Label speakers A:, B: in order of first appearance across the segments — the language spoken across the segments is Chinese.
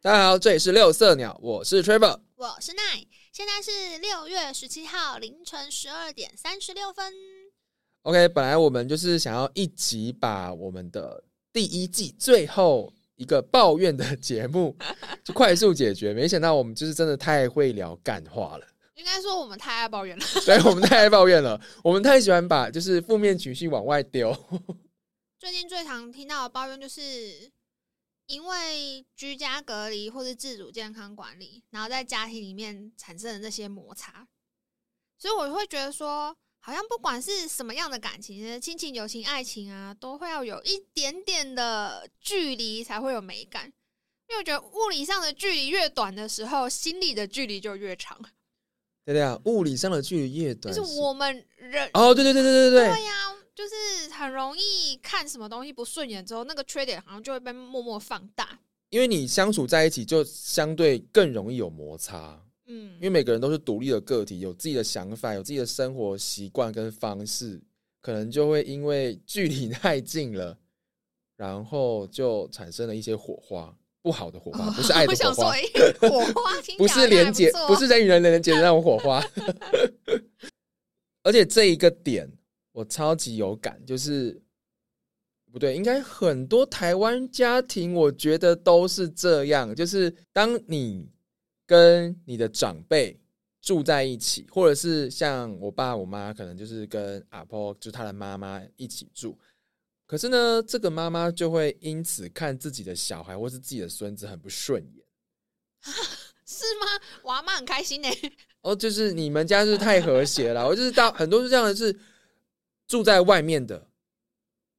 A: 大家好，这里是六色鸟，我是 Trevor。
B: 我是奈，现在是六月十七号凌晨十二点三十六分。
A: OK，本来我们就是想要一集把我们的第一季最后一个抱怨的节目 就快速解决，没想到我们就是真的太会聊干话了，
B: 应该说我们太爱抱怨了，
A: 所以我们太爱抱怨了，我们太喜欢把就是负面情绪往外丢。
B: 最近最常听到的抱怨就是因为居家隔离或是自主健康管理，然后在家庭里面产生的这些摩擦，所以我会觉得说，好像不管是什么样的感情，亲情、友情、爱情啊，都会要有一点点的距离才会有美感。因为我觉得物理上的距离越短的时候，心理的距离就越长。
A: 对对啊，物理上的距离越短，
B: 就是我们人
A: 哦，对对对对对对，
B: 对呀、就是很容易看什么东西不顺眼之后，那个缺点好像就会被默默放大。
A: 因为你相处在一起，就相对更容易有摩擦。
B: 嗯
A: 因，为每个人都是独立的个体，有自己的想法，有自己的生活习惯跟方式，可能就会因为距离太近了， 然后就产生了一些火花，不好的火花，不是爱的
B: 哦
A: 火
B: 我想说，
A: 花，
B: 哎、 火花听起来
A: 不
B: 好像
A: 是
B: 还
A: 连接，
B: 错
A: 不是人与人连接的那种火花。 而且这一个点我超级有感，就是不对，应该很多台湾家庭，我觉得都是这样，就是当你跟你的长辈住在一起，或者是像我爸我妈，可能就是跟阿婆，就是他的妈妈一起住。可是呢，这个妈妈就会因此看自己的小孩或是自己的孙子很不顺眼。
B: 是吗？我阿妈很开心呢、
A: 哦，就是你们家就是太和谐了啦，我就是大很多是这样的是住在外面的，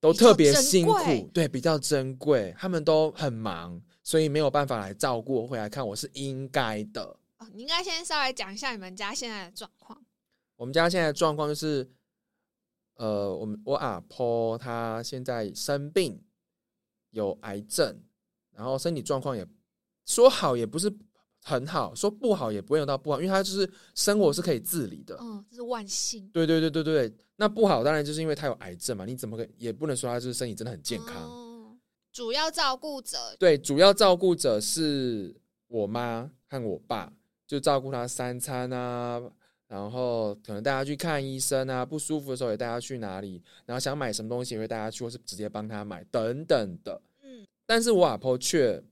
A: 都特别辛
B: 比较珍
A: 苦
B: 贵，
A: 对，比较珍贵，他们都很忙，所以没有办法来照顾回来看我是应该的。
B: 哦，你应该先稍微讲一下你们家现在的状况。
A: 我们家现在的状况就是，呃，我们我阿婆她现在生病，有癌症，然后身体状况也说好也不是很好，说不好也不会有到不好，因为她就是生活是可以自理的，
B: 嗯，这是万幸，
A: 对对对对对，那不好当然就是因为他有癌症嘛，你怎么可也不能说他就是身体真的很健康。
B: 哦主要照顾者
A: 对，主要照顾者是我妈和我爸，就照顾他三餐啊，然后可能带他去看医生啊，不舒服的时候也带他去哪里，然后想买什么东西也会带他去，或是直接帮他买等等的。
B: 嗯，
A: 但是我阿婆却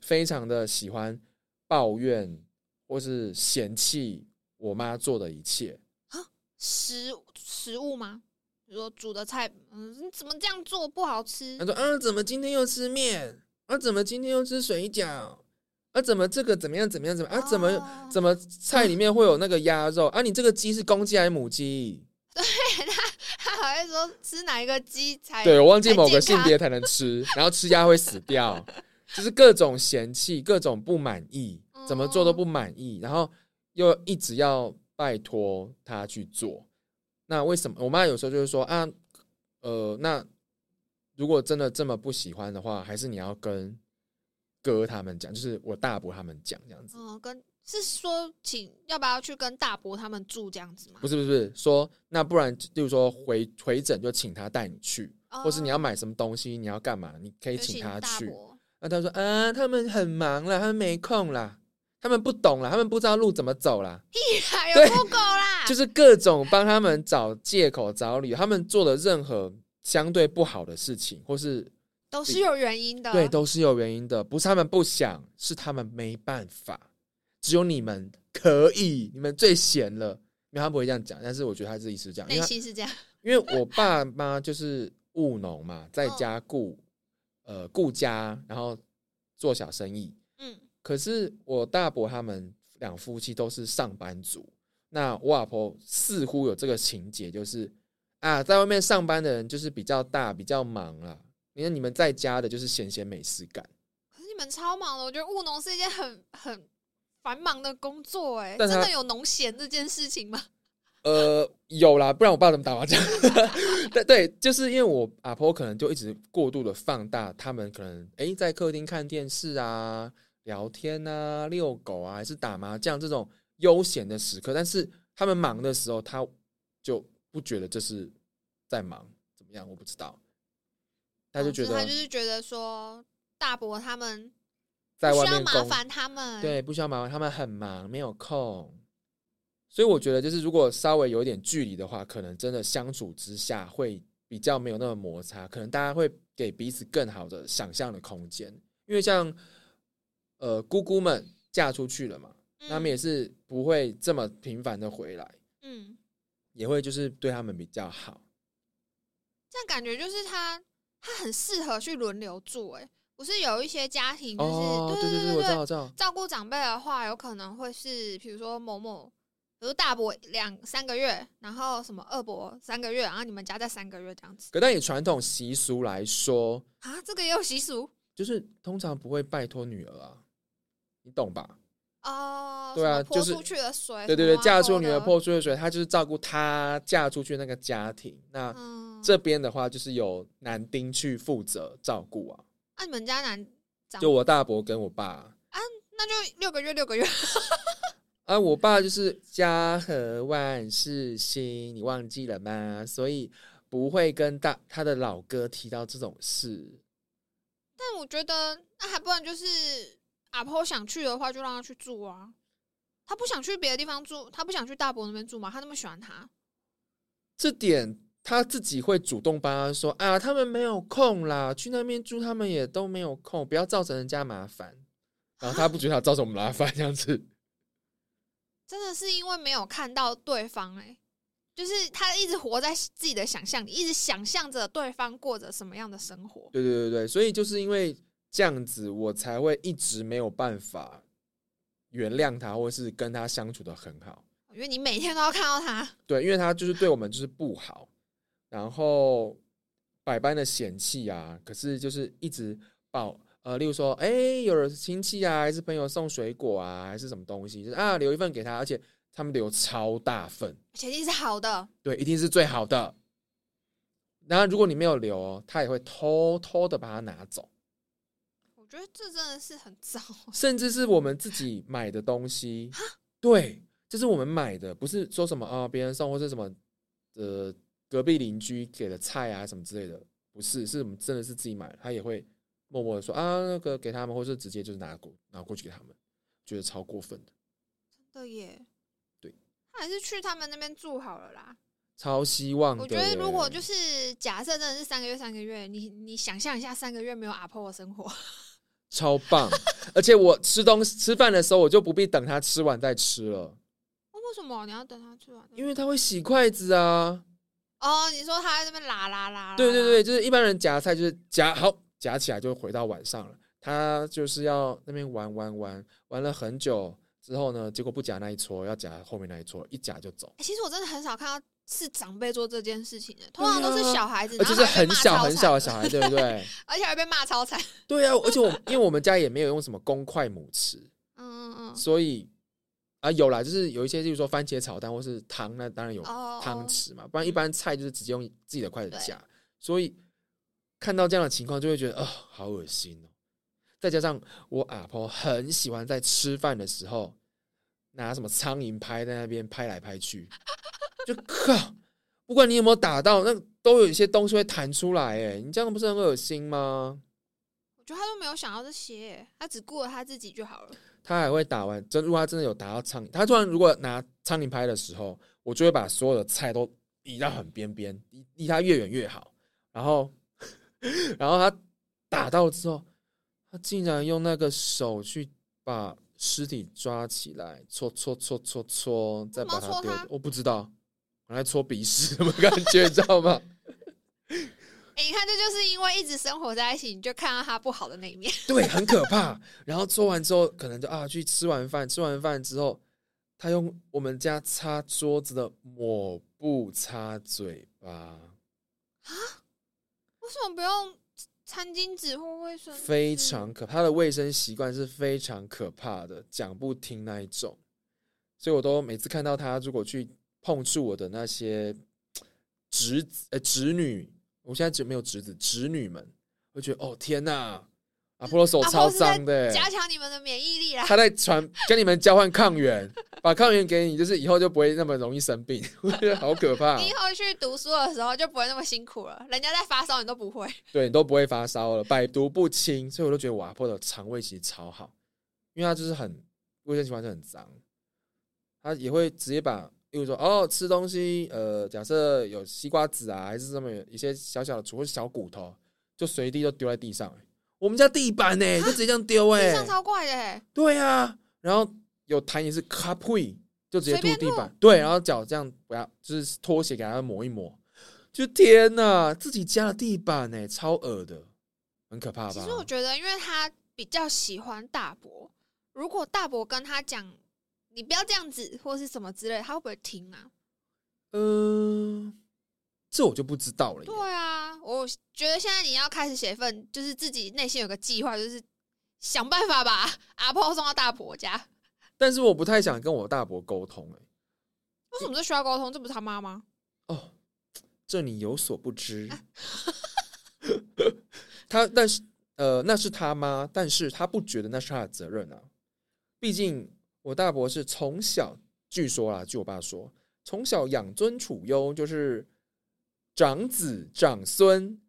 A: 非常的喜欢抱怨或是嫌弃我妈做的一切。
B: 食食物吗？比如说煮的菜，嗯，你怎么这样做不好吃
A: 他？说：“啊，怎么今天又吃面？啊，怎么今天又吃水饺？啊，怎么这个怎么样怎么样怎么样啊？怎么
B: 哦
A: 怎么菜里面会有那个鸭肉？啊，你这个鸡是公鸡还是母鸡？
B: 他好像哦说吃哪一个鸡才
A: 对我忘记
B: 还
A: 某个
B: 健
A: 性
B: 康
A: 别才能吃，然后吃鸭会死掉，就是各种嫌弃，各种不满意，怎么
B: 哦
A: 做都不满意，然后又一直要拜托他去做。那为什么我妈有时候就是说啊，呃，那如果真的这么不喜欢的话，还是你要跟哥他们讲，就是我大伯他们讲这样子。
B: 嗯，跟是说请要不要去跟大伯他们住这样子吗
A: 不？是不是不是，说那不然，例如说回回诊就请他带你去，或是你要
B: 哦
A: 买什么东西，你要干嘛，你可以
B: 就
A: 请
B: 请
A: 他
B: 大
A: 去。
B: 伯
A: 那他说啊，他们很忙啦，他们没空啦，他们不懂啦，他们不知道路怎么走啦，
B: 哎
A: 对
B: 有 Google 啦，
A: 就是是各种帮他们找借口、找理由，他们做的任何相对不好的事情，或是
B: 都是有啊原因的。
A: 对，都是有原因的，不是他们不想，是他们没办法，只有你们可以，你们最闲了。没有，他不会这样讲，但是我觉得他自己是这样，因为
B: 内
A: 他
B: 心是 这样。
A: 因为我爸妈就是务农嘛，在
B: 嗯
A: 家顾呃顾家，然后做小生意，
B: 嗯，
A: 可是我大伯他们两夫妻都是上班族，那我老婆似乎有这个情节，就是啊，在外面上班的人就是比较大、比较忙啦。你看你们在家的，就是闲闲没事干，
B: 可是你们超忙的，我觉得务农是一件很很繁忙的工作，哎，
A: 但
B: 真
A: 他
B: 的有农闲这件事情吗？
A: 呃，有啦，不然我爸怎么打麻将？ 对对，就是因为我阿婆可能就一直过度的放大他们可能诶在客厅看电视啊、聊天啊、遛狗啊，还是打麻将这种悠闲的时刻，但是他们忙的时候，他就不觉得这是在忙，怎么样？我不 知道，他就
B: 哦
A: 觉
B: 是他
A: 得
B: 就是觉得说大伯他们
A: 在
B: 不
A: 外
B: 需要
A: 面
B: 麻
A: 工
B: 烦他们。，
A: 对，不需要麻烦，他们很忙，没有空。所以我觉得，就是如果稍微有一点距离的话，可能真的相处之下会比较没有那么摩擦，可能大家会给彼此更好的想象的空间。因为像呃姑姑们嫁出去了嘛，那他们也是不会这么频繁的回来，
B: 嗯，
A: 也会就是对他们比较好。
B: 这样感觉就是他他很适合去轮流住、欸。哎，不是有一些家庭就是、
A: 哦，
B: 对
A: 对
B: 对
A: 我知道，我知道。
B: 照顾长辈的话，有可能会是比如说某某，比如大伯两三个月，然后什么二伯三个月，然后你们家再三个月这样子
A: 可但以传统习俗来说，
B: 啊，这个也有习俗
A: 就是通常不会拜托女儿啊，你懂吧？
B: 哦。
A: 对啊
B: 什么泼
A: 就是
B: 出去的水，啊
A: 对对
B: 什
A: 对，
B: 么
A: 嫁
B: 挖
A: 出
B: 沟
A: 女儿
B: 的，
A: 破出的水，她就是照顾她嫁出去那个家庭。那
B: 嗯，
A: 这边的话，就是由男丁去负责照顾啊，
B: 啊，你们家男长
A: 就我大伯跟我爸
B: 那就六个月六个月，
A: 啊，我爸就是家和万事兴，你忘记了吗？所以不会跟大他的老哥提到这种事。
B: 但我觉得那还不然就是阿婆想去的话，就让他去住啊。他不想去别的地方住，他不想去大伯那边住嘛，他那么喜欢他，
A: 这点他自己会主动帮他说啊，他们没有空啦，去那边住他们也都没有空，不要造成人家麻烦。然后他不觉得他造成我们麻烦这样子。
B: 真的是因为没有看到对方哎、就是他一直活在自己的想象里，一直想象着对方过着什么样的生活。
A: 对对对对，所以就是因为这样子，我才会一直没有办法原谅他，或是跟他相处的很好。
B: 因为你每天都要看到他，
A: 对，因为他就是对我们就是不好，然后百般的嫌弃啊，可是就是一直抱呃，例如说，哎、有人亲戚啊，还是朋友送水果啊，还是什么东西，就是啊，留一份给他，而且他们留超大份，
B: 前提是好的，
A: 对，一定是最好的。然后如果你没有留哦，他也会偷偷的把它拿走。
B: 我觉得这真的是很糟。
A: 甚至是我们自己买的东西，对，这是我们买的，不是说什么啊别人送或是什么呃隔壁邻居给的菜啊什么之类的，不是，是我们真的是自己买的，他也会默默的说啊那个给他们，或是直接就是拿过拿过去给他们，觉得超过分的，
B: 对耶，
A: 对，
B: 他还是去他们那边住好了啦。
A: 超希望的
B: 我
A: 耶。
B: 觉得如果就是假设真的是三个月三个月，你你想象一下三个月没有阿婆的生活，
A: 超 棒，而且我吃东西吃饭的时候，我就不必等他吃完再吃了，
B: 为什么你要等他吃完？
A: 因为他会洗筷子啊。
B: 哦，你说他在那边啦啦啦啦，
A: 对对对，就是一般人夹菜就是夹好夹起来就回到晚上了，他就是要那边玩玩玩玩了很久之后呢，结果不夹那一撮，要夹后面那一撮，一夹就走，
B: 欸其实我真的很少看到是长辈做这件事情的，通
A: 对
B: 常都是
A: 啊
B: 小孩子，
A: 而
B: 嗯然
A: 且
B: 后
A: 是
B: 还
A: 很
B: 被骂
A: 小
B: 超
A: 很
B: 惨
A: 小的小孩，对不对？
B: 而且还被骂超惨。
A: 对啊，而且我因为我们家也没有用什么公筷母匙，
B: 嗯嗯
A: 所以啊有啦，就是有一些，就是说番茄炒蛋或是汤，那当然有
B: 嗯，哦，
A: 汤匙嘛，不然一般菜就是直接用自己的筷子
B: 对
A: 夹，所以看到这样的情况就会觉得啊、呃好恶心哦。再加上我阿婆很喜欢在吃饭的时候拿什么苍蝇拍在那边拍来拍去，就靠，不管你有没有打到，那都有一些东西会弹出来，哎，你这样不是很恶心吗？
B: 我觉得他都没有想到这些，他只顾了他自己就好了。
A: 他还会打完，真如果他真的有打到苍蝇，他突然如果拿苍蝇拍的时候，我就会把所有的菜都移到很边边，离离他越远越好。然后， 然后他打到之后，他竟然用那个手去把尸体抓起来，搓搓搓搓搓，再把
B: 为什么
A: 它
B: 要
A: 丢
B: 搓它。
A: 我不知道，我在搓鼻屎， 什么感觉，你知道吗？
B: 哎、你看，这就是因为一直生活在一起，你就看到他不好的那一面。
A: 对，很可怕。然后做完之后，可能就啊，去吃完饭，吃完饭之后，他用我们家擦桌子的抹布擦嘴巴，
B: 为什么不用餐巾纸或卫生纸？
A: 非常可怕。他的卫生习惯是非常可怕的，讲不听那一种。所以我都每次看到他，如果去碰触我的那些侄子呃侄女，我现在只没有侄子，侄女们，我觉得哦天哪，阿波罗手
B: 阿波
A: 超
B: 罗是在
A: 脏的、欸
B: 加强你们的免疫 力啦。
A: 他在传跟你们交换抗原，把抗原给你，就是以后就不会那么容易生病。 我觉得好可怕哦、
B: 你以后去读书的时候就不会那么辛苦了，人家在发烧你都不会。
A: 对你都不会发烧了，百毒不侵。所以我都觉得我阿婆的肠胃其实超好，因为她就是很卫生习惯是很脏，她也会直接把，例如说哦吃东西，呃，假设有西瓜籽啊，还是什么有一些小小的竹或是小骨头，就随地都丢在地上、欸我们家地板呢、就直接这样丢哎、
B: 这样超怪的、欸，
A: 对啊，然后有痰也是咔呸，就直接
B: 随便
A: 吐地板，对，然后脚这样不要，就是拖鞋给它抹一抹，就天哪，自己家的地板呢、超恶的，很可怕吧？
B: 其实我觉得，因为他比较喜欢大伯，如果大伯跟他讲你不要这样子或是什么之类，他会不会听啊？
A: 嗯、这我就不知道了耶。
B: 对啊，我觉得现在你要开始写一份，就是自己内心有个计划，就是想办法把 阿婆送到大伯家。
A: 但是我不太想跟我大伯沟通哎、
B: 为什么这需要沟通？这不是他妈吗？
A: 哦，这你有所不知。他，但是呃，那是他妈，但是他不觉得那是他的责任啊。毕竟我大伯是从小，据说啊，据我爸说，从小养尊处优，就是长子长孙，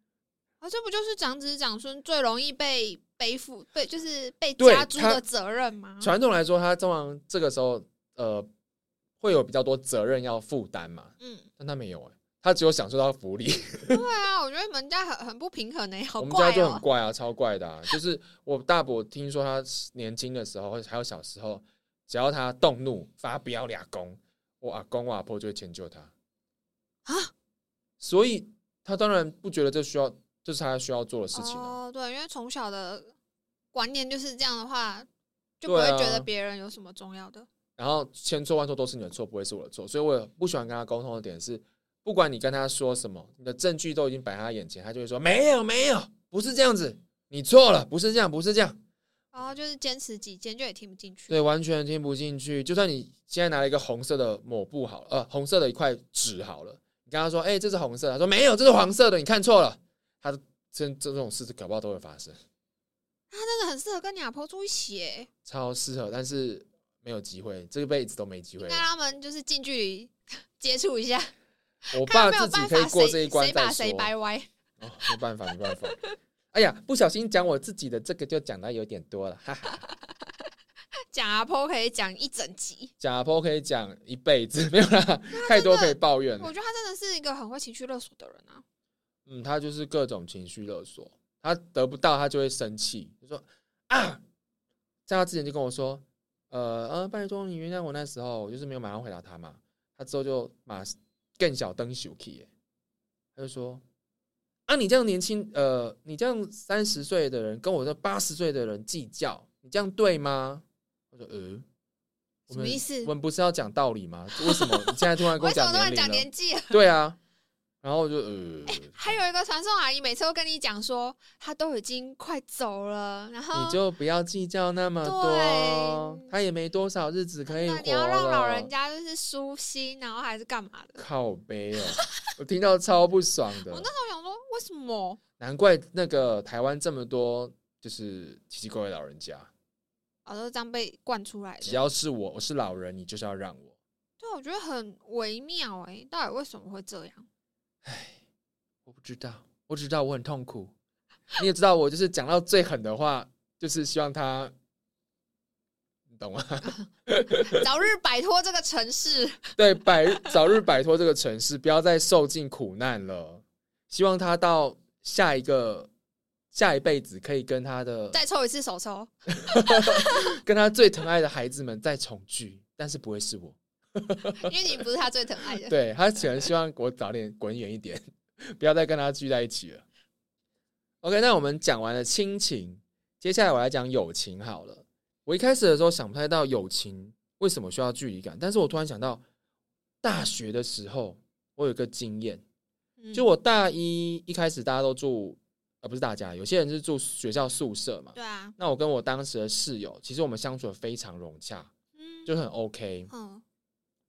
B: 啊，这不就是长子长孙最容易被背负、被就是被
A: 对
B: 家族
A: 他
B: 的责任吗？
A: 传统来说，他通常这个时候呃会有比较多责任要负担嘛，
B: 嗯，
A: 但他没有、欸，他只有享受到福利。
B: 对啊，我觉得你们家很很不平衡呢、好
A: 我们家
B: 怪
A: 就很
B: 哦、
A: 怪啊，超怪的、啊。就是我大伯听说他年轻的时候，或者还有小时候，只要他动怒发飙俩公，我阿公我阿婆就会迁就他
B: 啊。
A: 所以他当然不觉得这需要，这是他需要做的事情啊。
B: 哦，对，因为从小的观念就是这样的话，就不
A: 对
B: 会
A: 啊
B: 觉得别人有什么重要的。
A: 然后千错万错都是你的错，不会是我的错。所以我也不喜欢跟他沟通的点是，不管你跟他说什么，你的证据都已经摆在他眼前，他就会说没有没有，不是这样子，你错了，不是这样，不是这样。
B: 然后就是坚持己见，就也听不进去。
A: 对，完全听不进去。就算你现在拿了一个红色的抹布好了，呃，红色的一块纸好了，你跟他说：“哎、这是红色的。”他说：“没有，这是黄色的，你看错了。”他这这种事搞不好都会发生，
B: 他真的很适合跟你阿婆住一起、欸，
A: 超适合，但是没有机会，这辈子都没机
B: 应
A: 会
B: 该。让他们就是近距离 接触一下，
A: 我
B: 看
A: 爸
B: 有没有
A: 自己
B: 办
A: 可以
B: 法
A: 过这一
B: 谁
A: 关
B: 谁
A: 再
B: 把
A: 说
B: 谁。掰歪。
A: 哦，没办法，没办法。哎呀，不小心讲我自己的这个就讲到有点多了，哈哈。
B: 讲阿婆可以讲一整集，
A: 假坡可以讲一辈子，没有
B: 啊
A: 啦，太多可以抱怨了
B: 我。觉得他真的是一个很会情绪勒索的人啊。
A: 嗯，他就是各种情绪勒索，他得不到他就会生气，就说啊，在他之前就跟我说，呃呃，拜托你原谅我那时候，我就是没有马上回答他嘛，他之后就马更小灯小气耶，他就说啊，你这样年轻，呃，你这样三十岁的人跟我这八十岁的人计较，你这样对吗？我说呃。我
B: 什么
A: 们
B: 意思
A: 我们不是要讲道理吗？为什么你现在突然跟我
B: 为什
A: 讲
B: 么突
A: 年
B: 然
A: 龄
B: 讲
A: 了？
B: 年纪了？
A: 对啊，然后我就呃，
B: 还有一个传送阿姨每次都跟你讲说，她都已经快走了，然后
A: 你就不要计较那么多，
B: 啊对
A: 他也没多少日子可以活
B: 那
A: 了。
B: 你要让老人家就是舒心，然后还是干嘛的？
A: 靠背哦，我听到超不爽
B: 我
A: 的。
B: 那时候想说，为什么？
A: 难怪那个台湾这么多就是奇奇怪怪的老人家，
B: 我啊都是这样被惯出来
A: 只
B: 的。
A: 要是我，我是老人，你就是要让我。
B: 对，我觉得很微妙哎、到底为什么会这样？
A: 我不知道，我只知道我很痛苦。你也知道，我就是讲到最狠的话，就是希望他，你懂吗？
B: 早日摆脱这个城市。
A: 对，摆早日摆脱这个城市，不要再受尽苦难了。希望他到下一个下一辈子可以跟他的
B: 再抽一次手抽，
A: 跟他最疼爱的孩子们再重聚，但是不会是我。
B: 因为你不是他最疼爱的。
A: 对他可能希望我早点滚远一点，不要再跟他聚在一起了。OK，那我们讲完了亲情，接下来我来讲友情好了。我一开始的时候想不太到友情为什么需要距离感，但是我突然想到，大学的时候我有一个经验，
B: 嗯
A: 就我大一一开始大家都住，呃，不是大家，有些人是住学校宿舍嘛。
B: 对啊，
A: 那我跟我当时的室友，其实我们相处的非常融洽，
B: 嗯，
A: 就很 OK。
B: 嗯，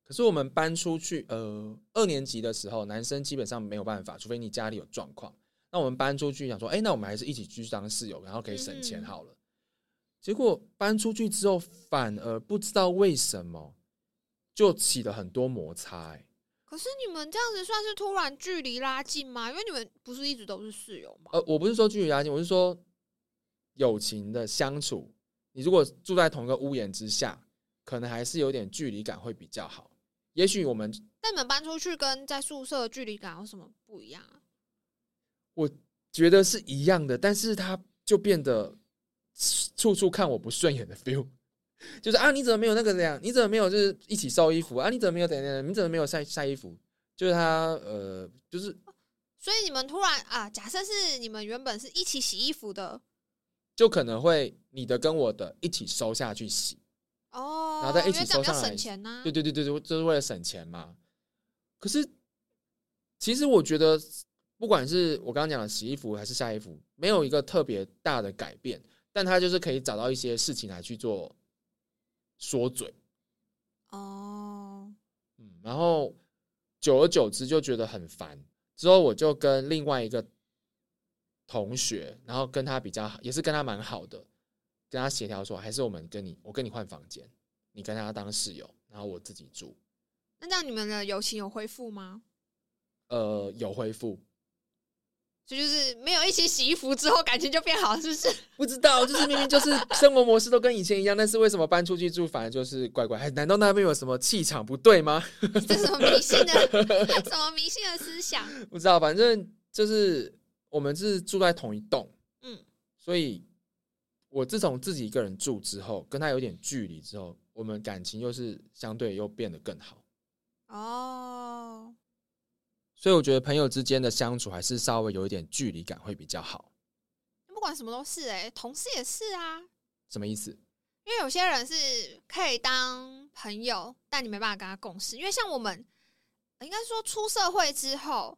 A: 可是我们搬出去，呃，二年级的时候，男生基本上没有办法，除非你家里有状况。那我们搬出去想说，哎、那我们还是一起居当室友，然后可以省钱
B: 嗯
A: 好了。结果搬出去之后，反而不知道为什么就起了很多摩擦、哎
B: 可是你们这样子算是突然距离拉近吗？因为你们不是一直都是室友吗？
A: 呃，我不是说距离拉近，我是说友情的相处。你如果住在同一个屋檐之下，可能还是有点距离感会比较好。也许我们
B: 但你们搬出去跟在宿舍的距离感有什么不一样啊？
A: 觉得是一样的，但是他就变得处处看我不顺眼的 feel，就是 啊，你怎么没有那个怎样？你怎么没有就是一起收衣服啊？你怎么没有怎样怎样？你怎么没有晒晒衣服？就是他呃，就是
B: 所以你们突然啊，假设是你们原本是一起洗衣服的
A: 就可能会你的跟我的一起收下去洗，
B: 哦，
A: 然后再一起
B: 因为这样
A: 收
B: 比
A: 上
B: 较
A: 来
B: 省钱啊呐、
A: 对对对对对，就是为了省钱嘛。可是，其实我觉得，不管是我刚刚讲的洗衣服还是晒衣服，没有一个特别大的改变，但他就是可以找到一些事情来去做说嘴，
B: 哦，
A: 嗯，然后久而久之就觉得很烦。之后我就跟另外一个同学，然后跟他比较好，也是跟他蛮好的，跟他协调说，还是我们跟你，我跟你换房间，你跟他当室友，然后我自己住。
B: 那这样你们的友情有恢复吗？
A: 呃，有恢复，
B: 这就是没有一起洗衣服之后感情就变好，是 不是？
A: 不知道，就是明明就是生活模式都跟以前一样，但是为什么搬出去住反而就是怪怪？还难道那边有什么气场不对吗？
B: 你这什么迷信的什么迷信的思想？
A: 不知道，反正就是我们是住在同一栋，
B: 嗯，
A: 所以我自从自己一个人住之后，跟他有点距离之后，我们感情又是相对又变得更好。
B: 哦，
A: 所以我觉得朋友之间的相处还是稍微有一点距离感会比较好。
B: 不管什么都是哎、同事也是啊，
A: 什么意思？
B: 因为有些人是可以当朋友，但你没办法跟他共事。因为像我们，呃应该说出社会之后，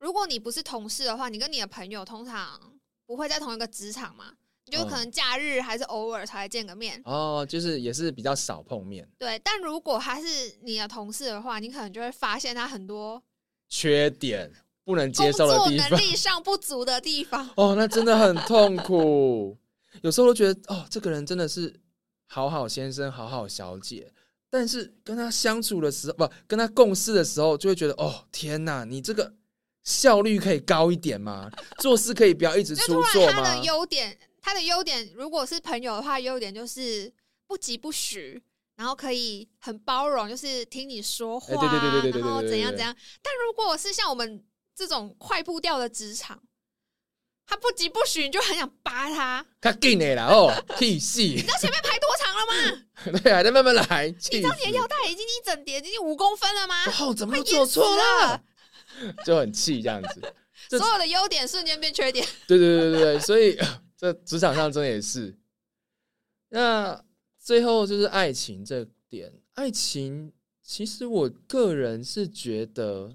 B: 如果你不是同事的话，你跟你的朋友通常不会在同一个职场嘛，你就
A: 嗯
B: 可能假日还是偶尔才会见个面。
A: 哦，就是也是比较少碰面，
B: 对，但如果他是你的同事的话，你可能就会发现他很多
A: 缺点不能接
B: 工
A: 受的
B: 作
A: 地
B: 能
A: 方。
B: 力上不足的地方。
A: 哦，那真的很痛苦。有时候都觉得，哦，这个人真的是好好先生、好好小姐，但是跟他相处的时候，不跟他共事的时候，就会觉得，哦，天哪，你这个效率可以高一点吗？做事可以不要一直
B: 就突
A: 出错
B: 然他
A: 吗
B: 的？优点，他的优点如果是朋友的话，优点就是不急不徐，然后可以很包容，就是听你说话
A: 哎
B: 啊，
A: 对对对对对对
B: 然后
A: 对对
B: 怎样
A: 对
B: 怎样。但如果是像我们这种快步调的职场，他不急不徐，你就很想扒他。
A: 他给你了哦，屁戏
B: 你，知道前面排多长了吗？
A: 对啊，再慢慢来，气
B: 你知道你的
A: 死
B: 腰带已经一整叠，已经五公分了吗？
A: 哦，怎么
B: 快
A: 又
B: 淹
A: 做
B: 死
A: 错
B: 了
A: 了？ 就很气这样子。这
B: 所有的优点瞬间变缺点。
A: 对对对对对，所以这职场上真的也是。那最后就是爱情这点，爱情其实我个人是觉得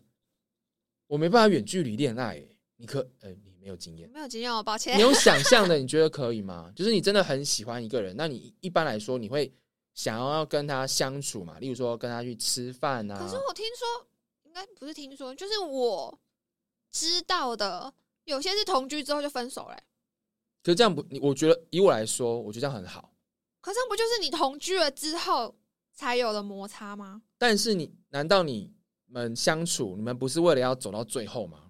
A: 我没办法远距离恋爱欸、你可呃你没有经 验，
B: 没有经验哦，抱歉
A: 你。有想象的，你觉得可以吗？就是你真的很喜欢一个人，那你一般来说你会想要跟他相处嘛？例如说跟他去吃饭
B: 可
A: 啊
B: 是，我听说，应该不是听说，就是我知道的，有些是同居之后就分手了欸、
A: 可是这样不，你我觉得以我来说，我觉得这样很好。
B: 可是不就是你同居了之后才有的摩擦吗？
A: 但是你难道你们相处，你们不是为了要走到最后吗？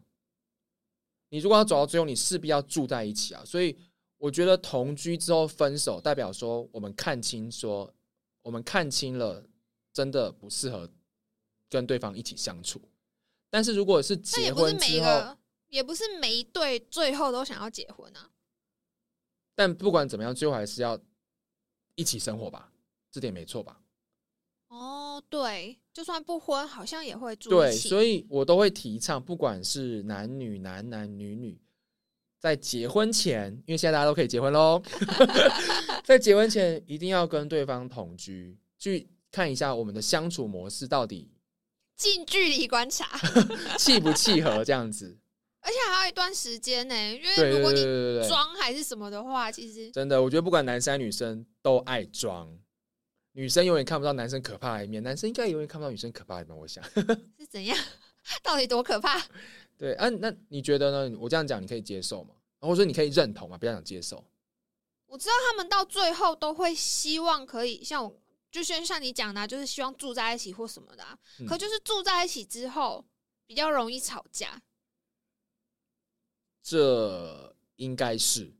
A: 你如果要走到最后，你势必要住在一起啊。所以我觉得同居之后分手，代表说我们看清说，我们看清了，真的不适合跟对方一起相处。但是如果是
B: 但也
A: 结
B: 不是
A: 婚
B: 每
A: 之
B: 一
A: 后，
B: 个，也不是每一对最后都想要结婚啊。
A: 但不管怎么样，最后还是要一起生活吧，这点没错吧？
B: 哦，对，就算不婚，好像也会住
A: 对，
B: 一起。
A: 所以我都会提倡，不管是男女、男男女女，在结婚前，因为现在大家都可以结婚喽， 在结婚前一定要跟对方同居，去看一下我们的相处模式到底
B: 近距离观 察，
A: 契不契合，这样子。
B: 而且还有一段时间呢、 因为
A: 对
B: 如
A: 对
B: 果
A: 对
B: 你
A: 对对对，
B: 装还是什么的话，其实
A: 真的，我觉得不管男生还是女生都爱装。女生永远看不到男生可 怕的一面，男生应该永远看不到女生可怕的一面。我想，
B: 是怎样，到底多可怕？
A: 对，啊，那你觉得呢？我这样讲你可以接受吗？或者说你可以认同吗？不要讲接受，
B: 我知道他们到最后都会希望可以像我，就先像你讲的啊、就是希望住在一起或什么的啊、
A: 嗯
B: 可就是住在一起之后，比较容易吵架，
A: 这应该是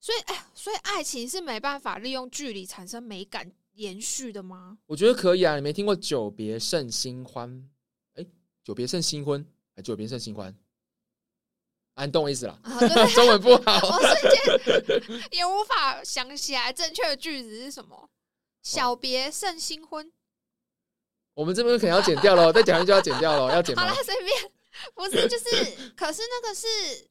B: 所以哎，所以爱情是没办法利用距离产生美感延续的吗？。
A: 我觉得可以啊。你没听过“久别胜新欢”？哎，“久别胜新婚”哎，“久别胜新欢”，啊，你懂我意思啦
B: 啊，对对，
A: 中文不好，
B: 我瞬间 也无法想起来正确的句子是什么。小别胜新婚，
A: 我们这边可能要剪掉喽，再讲一句就要剪掉喽，要剪
B: 好
A: 吗
B: 啦，？随便，不是就是，可是那个是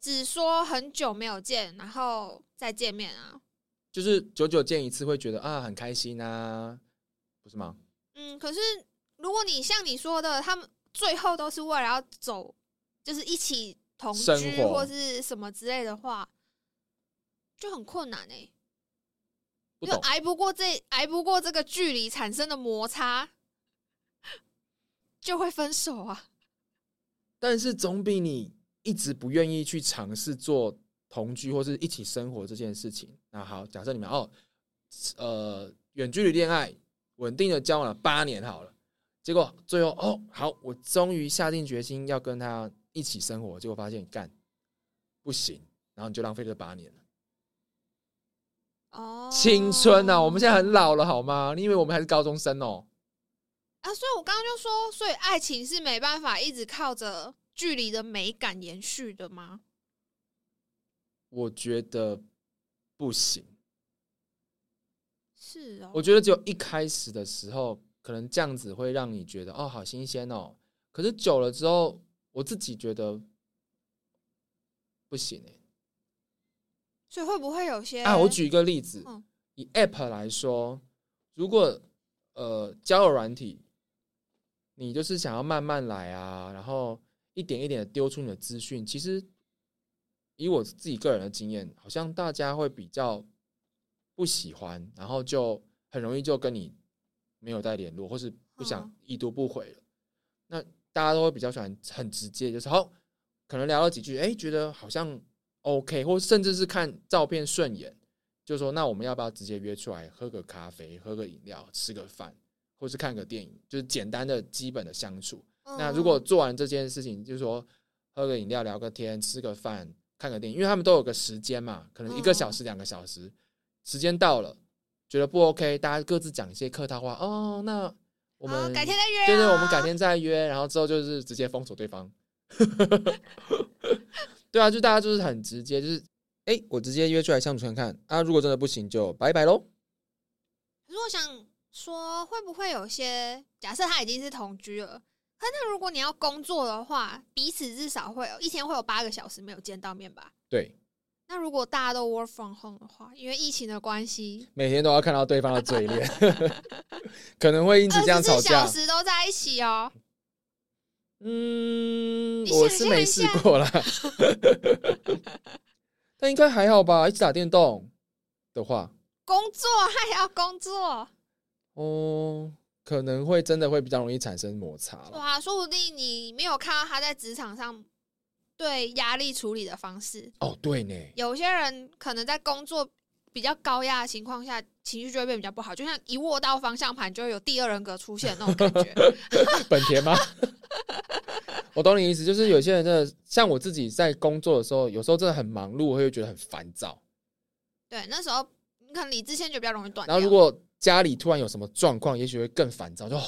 B: 只说很久没有见，然后再见面啊。
A: 就是久久见一次会觉得啊很开心啊，不是吗？
B: 嗯，可是如果你像你说的，他们最后都是为了要走，就是一起同
A: 生
B: 居
A: 活
B: 或是什么之类的话，就很困难哎、
A: 不
B: 就
A: 懂，
B: 挨不过这挨不过这个距离产生的摩擦，就会分手啊。
A: 但是总比你一直不愿意去尝试做同居或是一起生活这件事情。那好，假设你们哦，呃，远距离恋爱，稳定的交往了八年好了，结果最后哦，好，我终于下定决心要跟他一起生活，结果发现干不行，然后你就浪费了八年了。
B: 哦，
A: 青春啊，我们现在很老了好吗？你以为我们还是高中生哦？
B: 啊，所以我刚刚就说，所以爱情是没办法一直靠着距离的美感延续的吗？
A: 我觉得不行。
B: 是哦，
A: 我觉得只有一开始的时候，可能这样子会让你觉得哦，好新鲜哦。可是久了之后，我自己觉得不行哎、
B: 所以会不会有些
A: 啊，我举一个例子
B: 嗯，
A: 以 App 来说，如果呃交友软体，你就是想要慢慢来啊，然后一点一点的丢出你的资讯，其实以我自己个人的经验，好像大家会比较不喜欢，然后就很容易就跟你没有再联络，或是不想
B: 嗯
A: 已读不回了。那大家都会比较喜欢很直接，就是好，可能聊了几句，哎、觉得好像 OK，或甚至是看照片顺眼，就说那我们要不要直接约出来喝个咖啡、喝个饮料、吃个饭，或是看个电影，就是简单的基本的相处。
B: 嗯
A: 那如果做完这件事情，就是说喝个饮料、聊个天、吃个饭、看个电影，因为他们都有个时间嘛，可能一个
B: 嗯
A: 小时、两个小时，时间到了，觉得不 OK，大家各自讲一些客套话。哦，那我
B: 好
A: 们
B: 改天再约、啊，
A: 对对，我们改天再约，然后之后就是直接封锁对方。 对啊，就大家就是很直接，就是哎、诶我直接约出来相处看看啊，如果真的不行就拜拜喽。
B: 可是我想说，会不会有些假设他已经是同居了，可那如果你要工作的话，彼此至少会有一天会有八个小时没有见到面吧？
A: 对，
B: 那如果大家都 work from home 的话，因为疫情的关系，
A: 每天都要看到对方的嘴脸，可能会因此
B: 二
A: 这样啊吵
B: 十四哦小
A: 架。
B: 时都在一起哦。
A: 嗯
B: 你，
A: 我是
B: 想象
A: 没
B: 一
A: 试
B: 下
A: 过啦， 但应该还好吧。一起打电动的话，
B: 工作还要工作，
A: 哦，可能会真的会比较容易产生摩擦
B: 对
A: 了。
B: 啊，说不定你没有看到他在职场上对压力处理的方式。
A: 哦，对呢，
B: 有些人可能在工作比较高压的情况下，情绪就会变比较不好，就像一握到方向盘就会有第二人格出现的那种 感觉。
A: 本田吗？ 我懂你意思，就是有些人真的像我自己在工作的时候，有时候真的很忙碌，我会觉得很烦躁。
B: 对，那时候你可能理智线就比较容易断掉。
A: 然后如果家里突然有什么状况，也许会更烦躁，就、哦、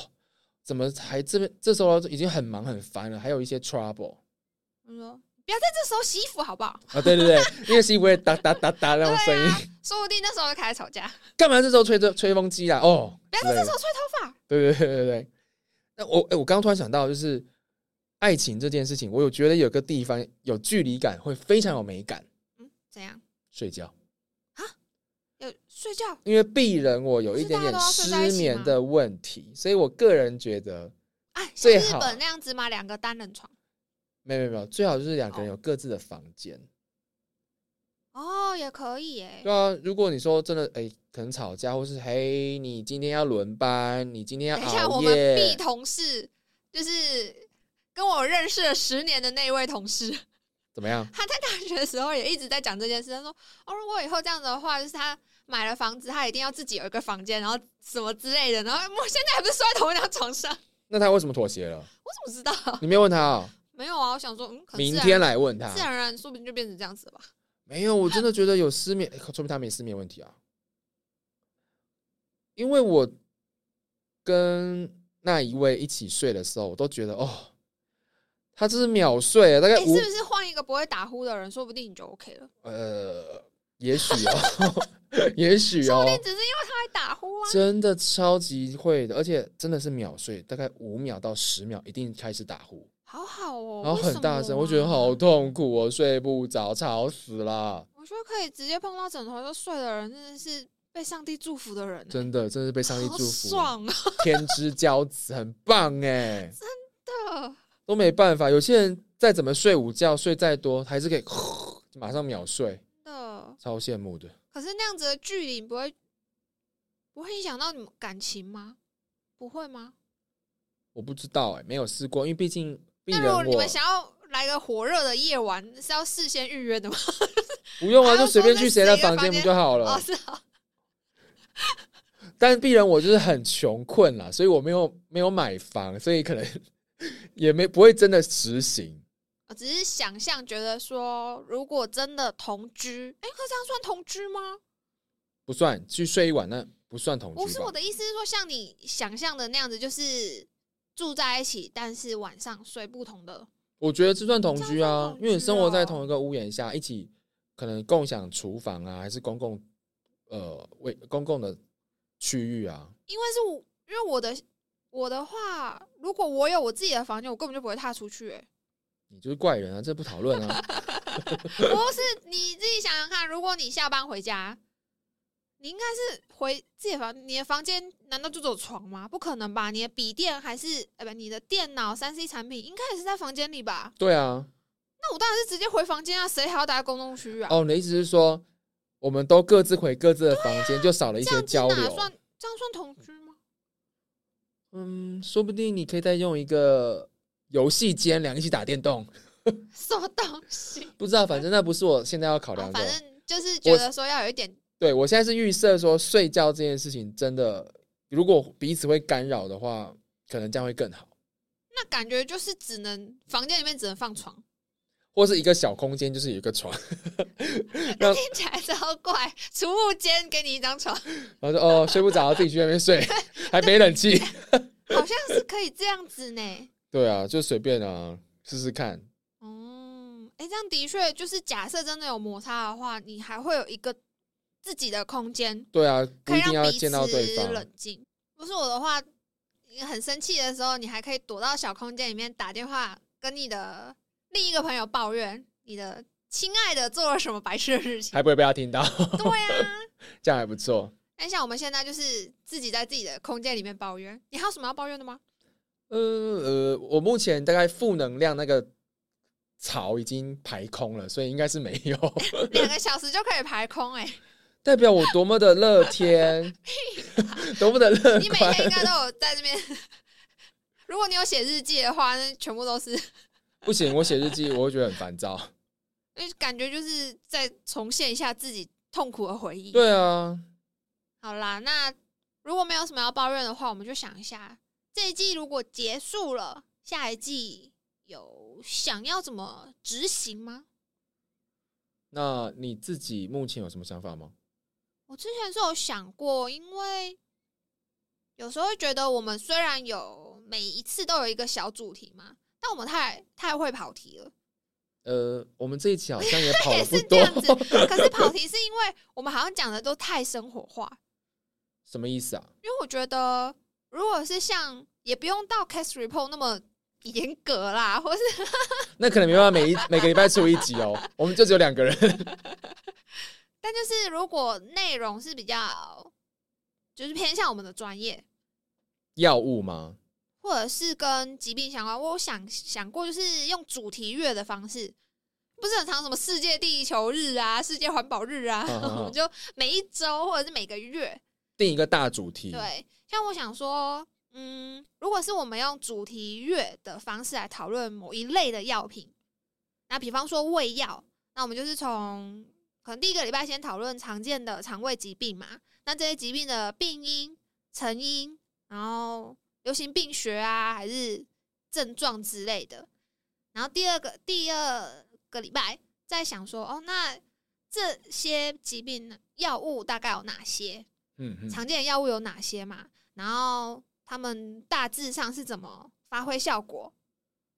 A: 怎么还这边这时候已经很忙很烦了，还有一些 trouble
B: 我说不要在这时候洗衣服好不好？
A: 啊，对对 对，因为是因为哒哒哒哒那种声音，
B: 说不定那时候就开始吵架。
A: 干嘛这时候吹着吹风机啦？哦，
B: 不要
A: 之类
B: 在
A: 的
B: 这时候吹头发。
A: 对对对对对。那我哎，我刚刚突然想到，就是爱情这件事情，我有觉得有个地方有距离感，会非常有美感。
B: 嗯，怎样？
A: 睡觉，
B: 有睡觉？
A: 因为鄙人我有一点点失
B: 是大家都要睡在一起吗
A: 眠的问题，所以我个人觉得，
B: 哎，像
A: 最
B: 日
A: 好
B: 本那样子嘛，两个单人床。
A: 没有没有没有，最好就是两个人有各自的房间。
B: 哦，也可以耶。
A: 对啊，如果你说真的，哎、可能吵架，或是嘿，你今天要轮班，你今天要
B: 等一下，我
A: 熬
B: 们 B
A: 夜，
B: 同事就是跟我认识了十年的那一位同事，
A: 怎么样？
B: 他在大学的时候也一直在讲这件事。他说：“哦，如果以后这样子的话，就是他买了房子，他一定要自己有一个房间，然后什么之类的。然后我现在还不是睡在同一张床上，
A: 那他为什么妥协了？
B: 我怎么知道？
A: 你没有问他哦，
B: 没有啊，我想说， 嗯，可能
A: 明
B: 自然
A: 天啊来问他。
B: 自然而然，说不定就变成这样子了吧。
A: 没有，我真的觉得有失眠，欸说明他没失眠问题啊。因为我跟那一位一起睡的时候，我都觉得哦，他这是秒睡，啊大概
B: 哎、
A: 五、
B: 是不是换一个不会打呼的人，说不定你就 OK 了？
A: 呃，也许 哦，也许
B: 说不定
A: 哦，
B: 只是因为他会打呼啊。
A: 真的超级会的，而且真的是秒睡，大概五秒到十秒一定开始打呼，
B: 好好哦，
A: 然后
B: 为什
A: 很大声，
B: 么
A: 我觉得
B: 啊
A: 好痛苦哦，睡不着，吵死了，
B: 我觉得可以直接碰到枕头就睡的人，真的是被上帝祝福的人欸、
A: 真的真的是被上帝
B: 好
A: 祝福，
B: 爽啊！
A: 天之骄子，很棒 哎，
B: 的
A: 都没办法。有些人再怎么睡午觉，睡再多，还是可以 马上秒睡，
B: 的，
A: 超羡慕的。
B: 可是那样子的距离不会不会影响到你们感情吗？不会吗？
A: 我不知道哎、没有试过，因为毕竟病
B: 那
A: 人
B: 如果你
A: 我
B: 们想要来个火热的夜晚，是要事先预约的吗？
A: 不用啊，
B: 还要
A: 就随便
B: 说
A: 去
B: 在
A: 谁的
B: 谁的
A: 房间
B: 房
A: 不
B: 间
A: 就好
B: 哦，
A: 了？
B: 是啊，
A: 但病人我就是很穷困啦，所以我没有没有买房，所以可能 也没不会真的实行。
B: 我只是想象，觉得说如果真的同居，哎、可这样算同居吗？
A: 不算去睡一晚，那不算同
B: 不
A: 居
B: 是
A: 吧
B: 我？的意思是说，像你想象的那样子，就是住在一起，但是晚上睡不同的
A: 我觉得这算同居
B: 这样算
A: 啊
B: 同，居
A: 因为你生活在
B: 哦
A: 同一个屋檐下，一起可能共享厨房啊，还是公共呃为公共的区域啊。
B: 因为是我，因为我的我的话，如果我有我自己的房间，我根本就不会踏出去、欸。
A: 你就是怪人啊，这不讨论啊。
B: 不是你自己想想看，如果你下班回家，你应该是回自己的房，你的房间难道就只有床吗？不可能吧？你的笔电还是呃不，你的电脑、三 C 产品应该也是在房间里吧？
A: 对啊，
B: 那我当然是直接回房间啊，谁还要待在公共区域啊？
A: 哦，你的意思是说，我们都各自回各自的房间，就少了一
B: 这
A: 些
B: 样子
A: 交
B: 哪
A: 流。
B: 算这样算同居吗？
A: 嗯，说不定你可以再用一个游戏间，两个一起打电动。
B: 什么东西？
A: 不知道，反正那不是我现在要考
B: 好
A: 量的。
B: 哦
A: 哦
B: 反正就是觉得说要有一点
A: 对我现在是预设说，睡觉这件事情真的，如果彼此会干扰的话，可能这样会更好。
B: 那感觉，就是只能房间里面只能放床，
A: 或是一个小空间，就是有一个床，那
B: 听起来超怪。储物间给你一 张床，
A: 然后就哦睡不着，自己去那边 睡，还没冷气。
B: 好像是可以这样子呢。
A: 对啊，就随便啊，试试看。
B: 哦，哎，这样的确就是，假设真的有摩擦的话，你还会有一个自己的空间，
A: 对啊，不
B: 可以
A: 一定
B: 让
A: 要
B: 彼此
A: 见到对方。
B: 冷静。不是我的话，你很生气的时候，你还可以躲到小空间里面打电话，跟你的另一个朋友抱怨你的亲爱的做了什么白痴的事情。
A: 还不会被他听到，
B: 对啊。
A: 这样还不错。
B: 那像我们现在就是自己在自己的空间里面抱怨，你还有什么要抱怨的吗？
A: 呃呃，我目前大概负能量那个槽已经排空了，所以应该是没有。
B: 两个小时就可以排空哎、
A: 代表我多么的乐 天，多么的乐
B: 你每
A: 观。
B: 天应该都有在这边。如果你有写日记的话，那全部都是，
A: 不行，我写日记我会觉得很烦躁。
B: 因为感觉就是在重现一下自己痛苦的回忆。
A: 对啊，
B: 好啦，那如果没有什么要抱怨的话，我们就想一下，这一季如果结束了，下一季有想要怎么执行吗？
A: 那你自己目前有什么想法吗？
B: 我之前是有想过，因为有时候会觉得我们虽然有每一次都有一个小主题嘛，但我们太太会跑题了，
A: 呃，我们这一期好像也跑
B: 也
A: 了不
B: 是这
A: 多，
B: 样子。可是跑题是因为我们好像讲的都太生活化，
A: 什么意思啊？
B: 因为我觉得如果是像也不用到 case report 那么严格啦，或是
A: 那可能没办法每一每个礼拜出一集哦，我们就只有两个人。
B: 但就是如果内容是比较就是偏向我们的专业，
A: 药物吗？
B: 或者是跟疾病相关，我有想想过，就是用主题乐的方式，不是很常什么世界地球日啊、世界环保日啊，
A: 嗯嗯嗯
B: 我们就每一周或者是每个月，
A: 定一个大主题，
B: 对，像我想说，嗯，如果是我们用主题月的方式来讨论某一类的药品，那比方说胃药，那我们就是从可能第一个礼拜先讨论常见的肠胃疾病嘛，那这些疾病的病因、成因，然后流行病学啊，还是症状之类的。然后第二个第二个礼拜再想说，哦，那这些疾病药物大概有哪些？
A: 嗯嗯
B: 常见的药物有哪些嘛？然后他们大致上是怎么发挥效果？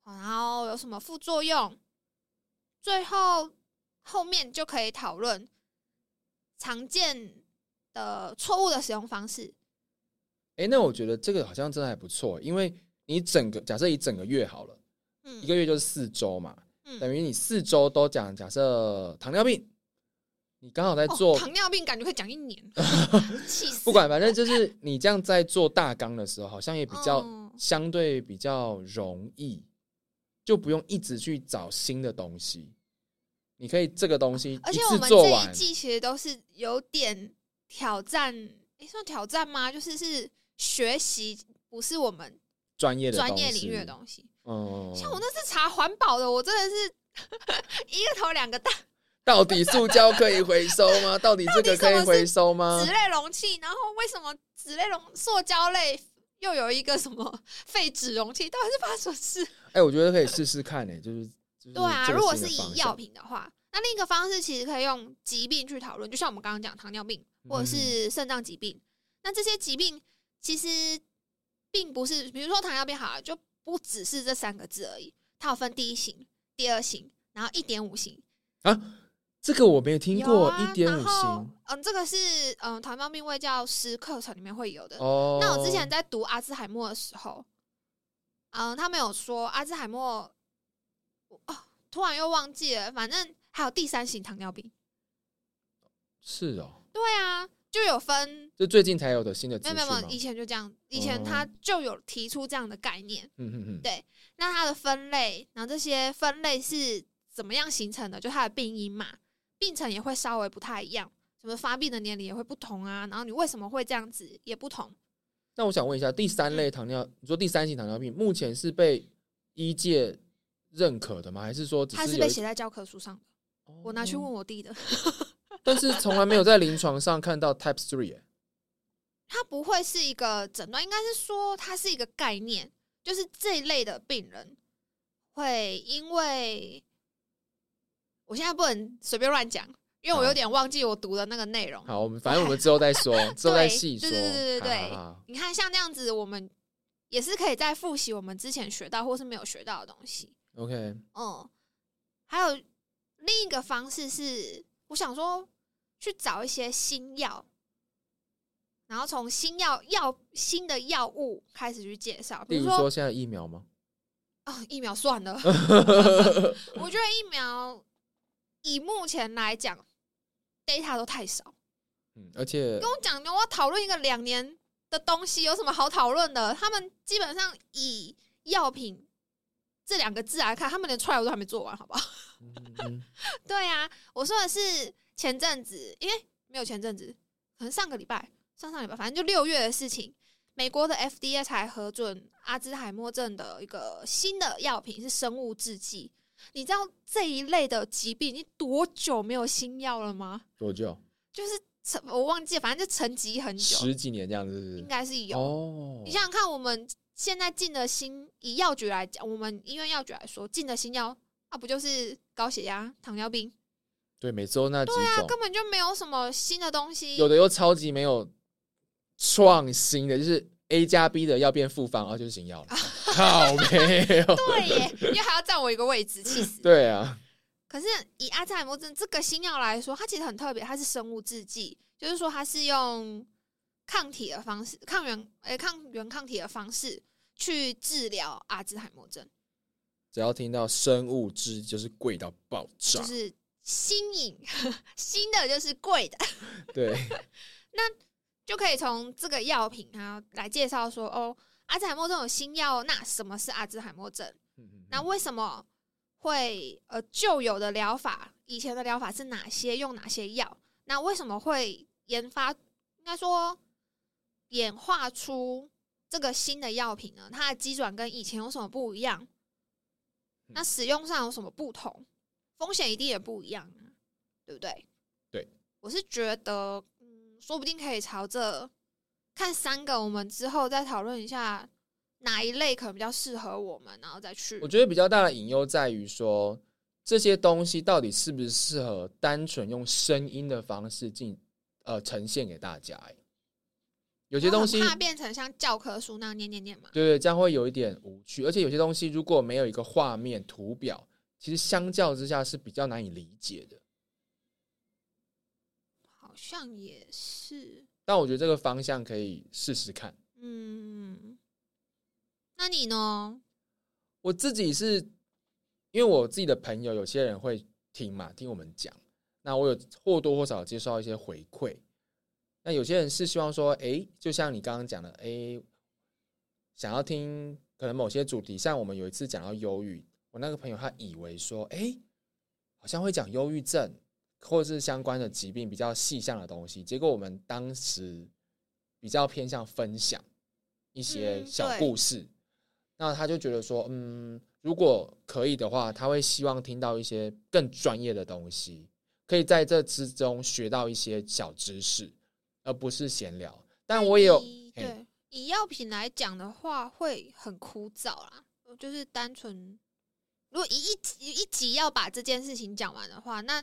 B: 哦然后有什么副作用？最后后面就可以讨论常见的错误的使用方式。
A: 哎、那我觉得这个好像真的还不错，因为你整个假设一整个月好了，一
B: 嗯
A: 个月就是四周嘛，
B: 嗯
A: 等于你四周都讲假设糖尿病，你刚好在做、
B: 哦、糖尿病，感觉可以讲 一年，气死！
A: 不管，反正就是你这样在做大纲的时候，好像也比较、
B: 嗯
A: 相对比较容易，就不用一直去找新的东西。你可以这个东西
B: 而
A: 一
B: 且我
A: 次
B: 们
A: 做
B: 这一
A: 完，
B: 季其实都是有点挑战，诶，算挑战吗？就是是学习，不是我们
A: 专业的
B: 专
A: 东
B: 业
A: 西
B: 领域的东西。
A: 嗯，
B: 像我那次查环保的，我真的是 一个头两个大
A: 到底塑胶可以回收吗？到底这个可以回收吗
B: 纸？类容器，然后为什么纸类容塑胶类又有一个什么废纸容器？到底是发生什 么事？
A: 哎、我觉得可以试试看、哎，就是就是
B: 对啊，
A: 这个
B: 如果
A: 新
B: 是
A: 的
B: 以
A: 方
B: 药
A: 向
B: 品的话，那另一个方式其实可以用疾病去讨论，就像我们刚刚讲糖尿病
A: 嗯
B: 或者是肾脏疾病，那这些疾病其实并不是，比如说糖尿病好了，就不只是这三个字而已，它有分第一型、第二型，然后一点五型，
A: 啊，这个我没听过，
B: 有啊
A: 一点五
B: 然后
A: 星
B: 嗯，这个是嗯糖尿病卫教师课程里面会有的。
A: 哦。
B: 那我之前在读阿兹海默的时候，嗯，他们有说阿兹海默，我哦，突然又忘记了，反正还有第三型糖尿病。
A: 是哦，
B: 对啊，就有分，
A: 就最近才有的新的资
B: 没
A: 讯
B: 有没有没
A: 吗哦
B: 有，？以前就这样，以前他就有提出这样的概念。
A: 嗯嗯嗯，
B: 对那它的分类，然后这些分类是怎么样形成的？就它的病因嘛，病程也会稍微不太一样，什么发病的年龄也会不同啊，然后你为什么会这样子也不同。
A: 那我想问一下，第
B: 嗯
A: 三类糖尿，你说第三型糖尿病目前是被医界认可的吗？还是说只
B: 它是
A: 有
B: 被
A: 一
B: 写在教科书上的，我拿去问，我弟的，
A: 哦但是从来没有在临床上看到 Type Three，哎
B: 它不会是一个诊断，应该是说它是一个概念，就是这一类的病人会因为，我现在不能随便乱讲，因为我
A: 好
B: 有点忘记我读的那个内容。
A: 好，我们反正我们之后再说，之后再细说。
B: 对对对对
A: 好
B: 对
A: 好好
B: 你看，像那样子，我们也是可以再复习我们之前学到或是没有学到的东西。
A: ，OK，
B: 嗯，还有另一个方式是，我想说去找一些新药，然后从新药药新的药物开始去介绍，比
A: 例
B: 如
A: 如
B: 说
A: 说现在疫苗吗？
B: 啊、疫苗算 了，我觉得疫苗以目前来讲，data 都太少。
A: 嗯，而且
B: 跟我讲，我要讨论一个两年的东西，有什么好讨论的？他们基本上以药品这两个字来看，他们连 trial 都还没做完，好不好？
A: 嗯嗯
B: 对呀、我说的是前阵子，因为没有前阵子，可能上个礼拜、上上礼拜，反正就六月的事情，美国的 FDA 才核准阿兹海默症的一个新的药品是生物制剂。你知道这一类的疾病，你多久没有新药了吗？
A: 多久？
B: 就是沉我忘记了，反正就沉寂很久，
A: 十几年这样子是
B: 应
A: 不
B: 该是
A: 是？
B: 有。
A: 哦
B: 你想想看，我们现在进的新以药局来讲，我们医院药局来说，进的新药啊，不就是高血压、糖尿病，
A: 对，每周那几种，
B: 啊根本就没有什么新的东西。
A: 哦有的又超级没有创新的，就是 A 加 B 的要变复方，啊，就是新药了， 好没有。
B: 对耶，因为还要占我一个位置，气死。
A: 对啊，
B: 可是以阿兹海默症这个新药来说，它其实很特别，它是生物制剂，就是说它是用抗体的方式，抗原诶、抗原抗体的方式去治疗阿兹海默症，
A: 只要听到生物质就是贵到爆炸
B: 就，是新颖 新的就是贵的。
A: 对，
B: 就可以从这个药品啊来介绍说，哦，阿兹海默症有新药，那什么是阿兹海默症？
A: 嗯
B: 那为什么会呃旧有的疗法，以前的疗法是哪些，用哪些药？那为什么会研发，应该说演化出这个新的药品呢，它的基准跟以前有什么不一样？那使用上有什么不同？风险一定也不一样啊，对不对？
A: 对，
B: 我是觉得，嗯，说不定可以朝着看三个，我们之后再讨论一下哪一类可能比较适合我们，然后再去
A: 我。觉得比较大的隐忧在于说，这些东西到底是不是适合单纯用声音的方式进呃呈现给大家、欸？有
B: 有
A: 些东西，
B: 怕变成像教科书那样念念念嘛，
A: 对对，这样会有一点无趣，而且有些东西如果没有一个画面图表，其实相较之下是比较难以理解的。
B: 好像也是。
A: 但我觉得这个方向可以试试看。
B: 嗯，那你呢？
A: 我自己是因为我自己的朋友，有些人会听嘛，听我们讲。那我有或多或少接受到一些回馈。那有些人是希望说，诶，就像你刚刚讲的，诶，想要听可能某些主题，像我们有一次讲到忧郁，我那个朋友他以为说，诶，好像会讲忧郁症或者是相关的疾病比较细项的东西，结果我们当时比较偏向分享一些
B: 嗯
A: 小
B: 对
A: 故事，那他就觉得说，嗯，如果可以的话，他会希望听到一些更专业的东西，可以在这之中学到一些小知识，而不是闲聊。但我也有
B: 以
A: 嘿
B: 嗯对以药品来讲的话，会很枯燥啦，呃就是单纯如果一一集一集要把这件事情讲完的话，那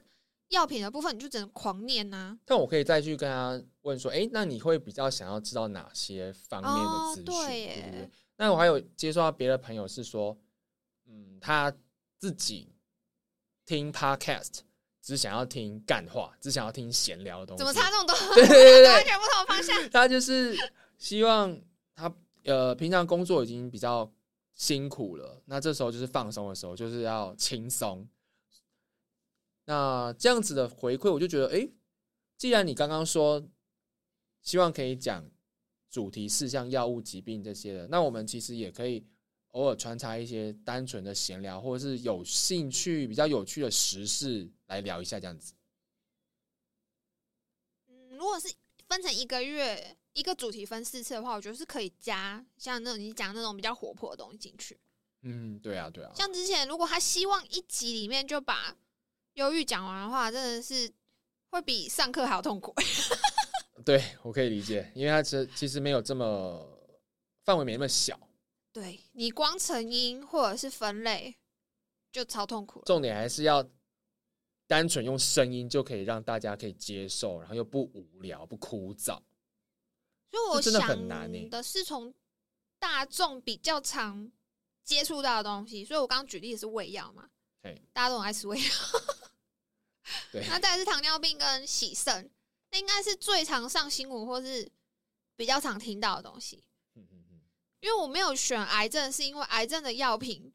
B: 药品的部分你就只能狂念呐、
A: 但我可以再去跟他问说，诶，那你会比较想要知道哪些方面的
B: 哦
A: 资讯？
B: 对
A: 对
B: 耶
A: 不对？那我还有接触到别的朋友是说，嗯，他自己听 podcast 只想要听干话，只想要听闲聊的东西。
B: 怎么差这么多？
A: 哦 对？对对对，
B: 完全不同方向。
A: 他就是希望他呃，平常工作已经比较辛苦了，那这时候就是放松的时候，就是要轻松。那这样子的回馈，我就觉得，诶，既然你刚刚说希望可以讲主题事项、药物、疾病这些的，那我们其实也可以偶尔穿插一些单纯的闲聊，或者是有兴趣、比较有趣的时事来聊一下，这样子。
B: 嗯，如果是分成一个月一个主题分四次的话，我觉得是可以加像那种你讲那种比较活泼的东西进去。
A: 嗯，对啊，对啊。
B: 像之前如果他希望一集里面就把忧郁讲完的话，真的是会比上课还要痛苦。
A: 对我可以理解，因为它其实其实没有这么范围没那么小，
B: 对你光成因或者是分类就超痛苦了。
A: 重点还是要单纯用声音就可以让大家可以接受，然后又不无聊不枯燥。
B: 所以我
A: 这真的很难欸
B: 想的是从大众比较常接触到的东西，所以我刚刚举例的是胃药嘛
A: 嘿，
B: 大家都很爱吃胃药。
A: 对
B: 那再来是糖尿病跟洗肾，那应该是最常上新闻或是比较常听到的东西。
A: 嗯嗯嗯
B: 因为我没有选癌症，是因为癌症的药品，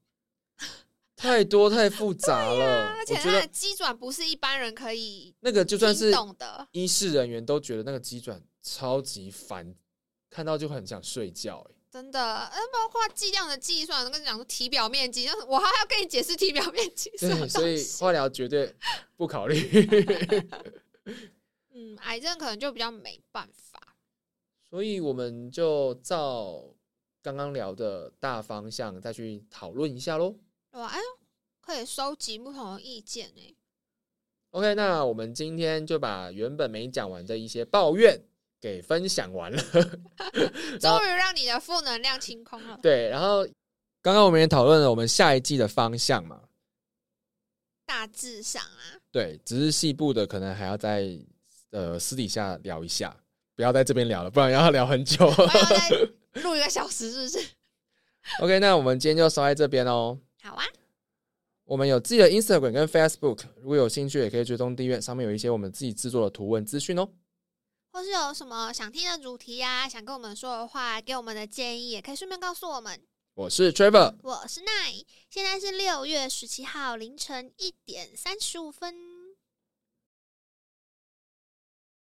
A: 太多太复杂了，
B: 啊而
A: 我
B: 且
A: 觉
B: 它的
A: 得
B: 基转不是一般人可以
A: 那个就算
B: 听
A: 是
B: 懂的。
A: 医事人员都觉得那个机转超级烦，看到就很想睡觉、欸。
B: 真的，嗯，包括剂量的计算，我跟你讲说体表面积，就是我还要跟你解释体表面积是什么
A: 对，所
B: 东
A: 以
B: 西。
A: 化疗绝对不考 虑。
B: 嗯，癌症可能就比较没办法。
A: 所以我们就照刚刚聊的大方向再去讨论一下喽。
B: 对吧？哎，可以收集不同的意见 欸呢。
A: OK，那我们今天就把原本没讲完的一些抱怨给分享完了。 然后
B: 终于让你的负能量清空了，
A: 对，然后刚刚我们也讨论了我们下一季的方向嘛，
B: 大致上 啊，
A: 对，只是细部的可能还要在呃私底下聊一下，不要在这边聊了，不 然要聊很久。
B: 我要再录一个小时，是不是？
A: OK，那我们今天就收在这边哦。
B: 好啊，
A: 我们有自己的 Instagram 跟 Facebook，如果有兴趣也可以追踪订阅，上面有一些我们自己制作的图文资讯哦。
B: 或是有什么想听的主题呀、想跟我们说的话，给我们的建议，也可以顺便告诉我们。
A: 我是 Trevor，
B: 我是奈，现在是六月十七号凌晨一点三十五分。